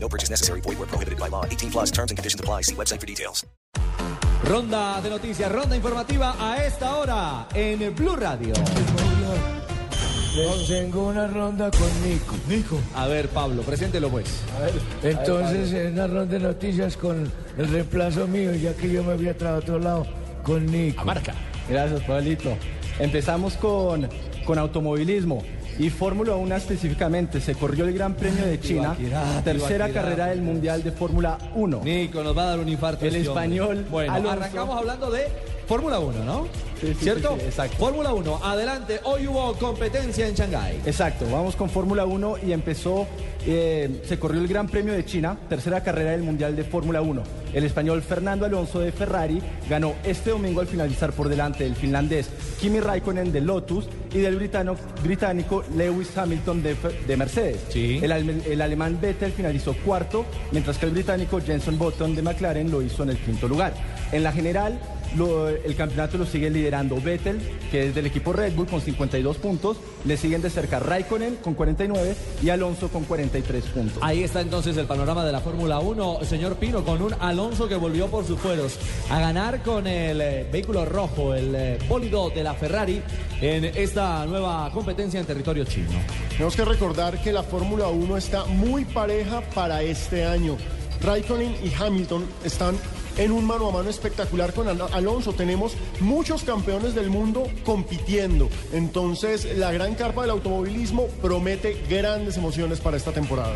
No purchase necessary. Void where prohibited by law. 18 plus terms and conditions apply. See website for details. Ronda de noticias, ronda informativa a esta hora en Blue Radio. Les tengo una ronda con Nico. A ver, Pablo, preséntelo pues. Entonces, es una ronda de noticias con el reemplazo mío, ya que yo me había a otro lado con Nico. Gracias, Pablito. Empezamos con, con automovilismo y Fórmula 1 específicamente. Se corrió el Gran Premio de China, Tibaquirá, tercera Tibaquirá. carrera del Mundial de Fórmula 1. Nico, nos va a dar un infarto. El este hombre. español, Bueno, Alonso. arrancamos hablando de Fórmula 1, ¿no? Sí, sí, ¿Cierto? sí, sí, exacto. Fórmula 1, adelante. Hoy hubo competencia en Shanghái. Exacto, vamos con Fórmula 1 y empezó, eh, se corrió el Gran Premio de China, tercera carrera del Mundial de Fórmula 1. El español Fernando Alonso de Ferrari ganó este domingo al finalizar por delante del finlandés Kimi Raikkonen de Lotus y del britano- británico Lewis Hamilton de, Fe- de Mercedes. Sí. El, alme- el alemán Vettel finalizó cuarto, mientras que el británico Jenson Button de McLaren lo hizo en el quinto lugar. En la general, lo- el campeonato lo sigue liderando Vettel, que es del equipo Red Bull con 52 puntos. Le siguen de cerca Raikkonen con 49 y Alonso con 43 puntos. Ah, Ahí está entonces el panorama de la Fórmula 1, señor Pino, con un Alonso que volvió por sus fueros a ganar con el eh, vehículo rojo, el eh, bólido de la Ferrari, en esta nueva competencia en territorio chino. Tenemos que recordar que la Fórmula 1 está muy pareja para este año. Raikkonen y Hamilton están en un mano a mano espectacular con Al- Alonso. Tenemos muchos campeones del mundo compitiendo. Entonces, la gran carpa del automovilismo promete grandes emociones para esta temporada.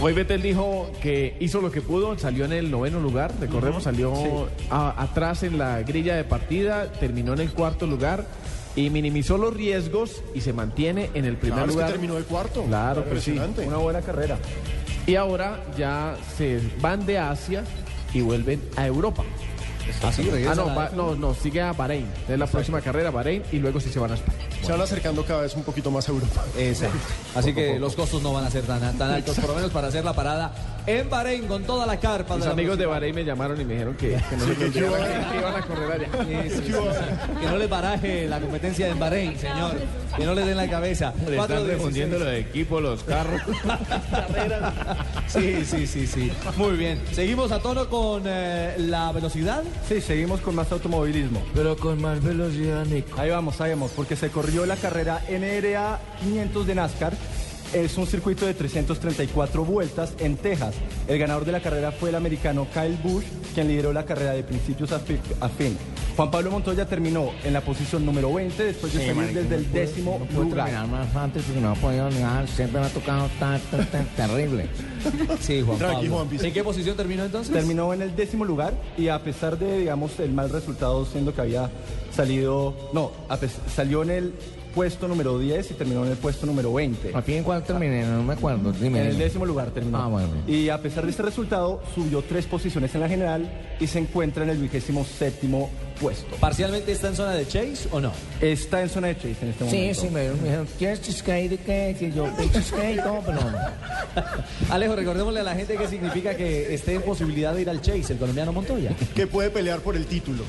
Hoy Vettel dijo que hizo lo que pudo, salió en el noveno lugar, recordemos, salió a- atrás en la grilla de partida, terminó en el cuarto lugar y minimizó los riesgos y se mantiene en el primer Claro, es que lugar. terminó de cuarto. Claro, pues sí. Impresionante. Una buena carrera. Y ahora ya se van de Asia y vuelven a Europa. Así regresa Ah, no, la- va- no, no, sigue a Bahrein. Es la próxima carrera, Bahrein, y luego sí se van a España. Se van acercando cada vez un poquito más a Europa. Eh, Exacto. Así que los costos no van a ser tan, tan altos, por lo menos para hacer la parada en Bahrein con toda la carpa. Mis la amigos de próxima- Bahrein me llamaron y me dijeron que, que no se que consideraban yo- que iban a correr allá. Sí, sí, sí, sí. Que no les baraje la competencia en Bahrein, señor. Que no les den la cabeza. Le Cuatro, están dieciséis. confundiendo los equipos, los carros. Sí, sí, sí, sí. Muy bien. Seguimos a tono con eh, la velocidad. Sí, seguimos con más automovilismo. Pero con más velocidad, Nico. Ahí vamos, ahí vamos, porque se corrió la carrera NRA 500 de NASCAR. Es un circuito de 334 vueltas en Texas. El ganador de la carrera fue el americano Kyle Busch, quien lideró la carrera de principios a fi- a fin. Juan Pablo Montoya terminó en la posición número 20 después de salir desde el décimo lugar. más antes porque no ha podido llegar, siempre me ha tocado tan, tan, tan terrible. Sí, Juan Tranqui, Pablo. Juan Piz. ¿En qué posición terminó entonces? Terminó en el décimo lugar y a pesar de, digamos, el mal resultado, siendo que había salido... No, a pes- salió en el puesto número 10 y terminó en el puesto número 20. ¿A quién cuál terminé? No me acuerdo, dime. En el dime. décimo lugar terminó. Ah, bueno. Y a pesar de este resultado, subió tres posiciones en la general y se encuentra en el vigésimo séptimo puesto. ¿Parcialmente está en zona de Chase o no? Está en zona de chase en Sí, este momento. sí, me me dijeron, ¿quieres cheesecake de qué? Que yo, "Pues, cheesecake y todo, pero Alejo, recordémosle a la gente qué significa que esté en posibilidad de ir al Chase, el colombiano Montoya. Que puede pelear por el título.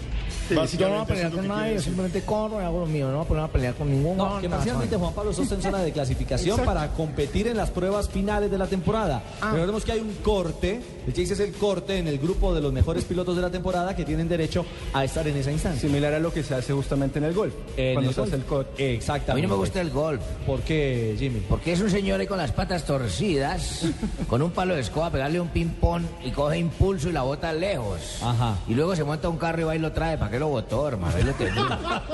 yo no voy a Básicamente eso pelear es lo con que nadie, yo quiere decir. simplemente corro y hago lo mío, no voy a poner a pelear con ningún No, hombre, que nada, parcialmente Juan Pablo Sosa en zona de clasificación para competir en las pruebas finales de la temporada. Recordemos que hay un corte, el Chase es el corte en el grupo de los mejores pilotos de la temporada que tienen derecho a estar en esa instancia. Similar a lo que se hace justamente en el golf. En cuando el se hace el golf. cut. A mí Exactamente. no me gusta el golf. ¿Por qué, Jimmy? Porque es un señor ahí con las patas torcidas, con un palo de escoba, pegarle un ping-pong y coge impulso y la bota lejos. Ajá. Y luego se monta un carro y va y lo trae. ¿Para qué lo botó, hermano? Ahí lo tenía.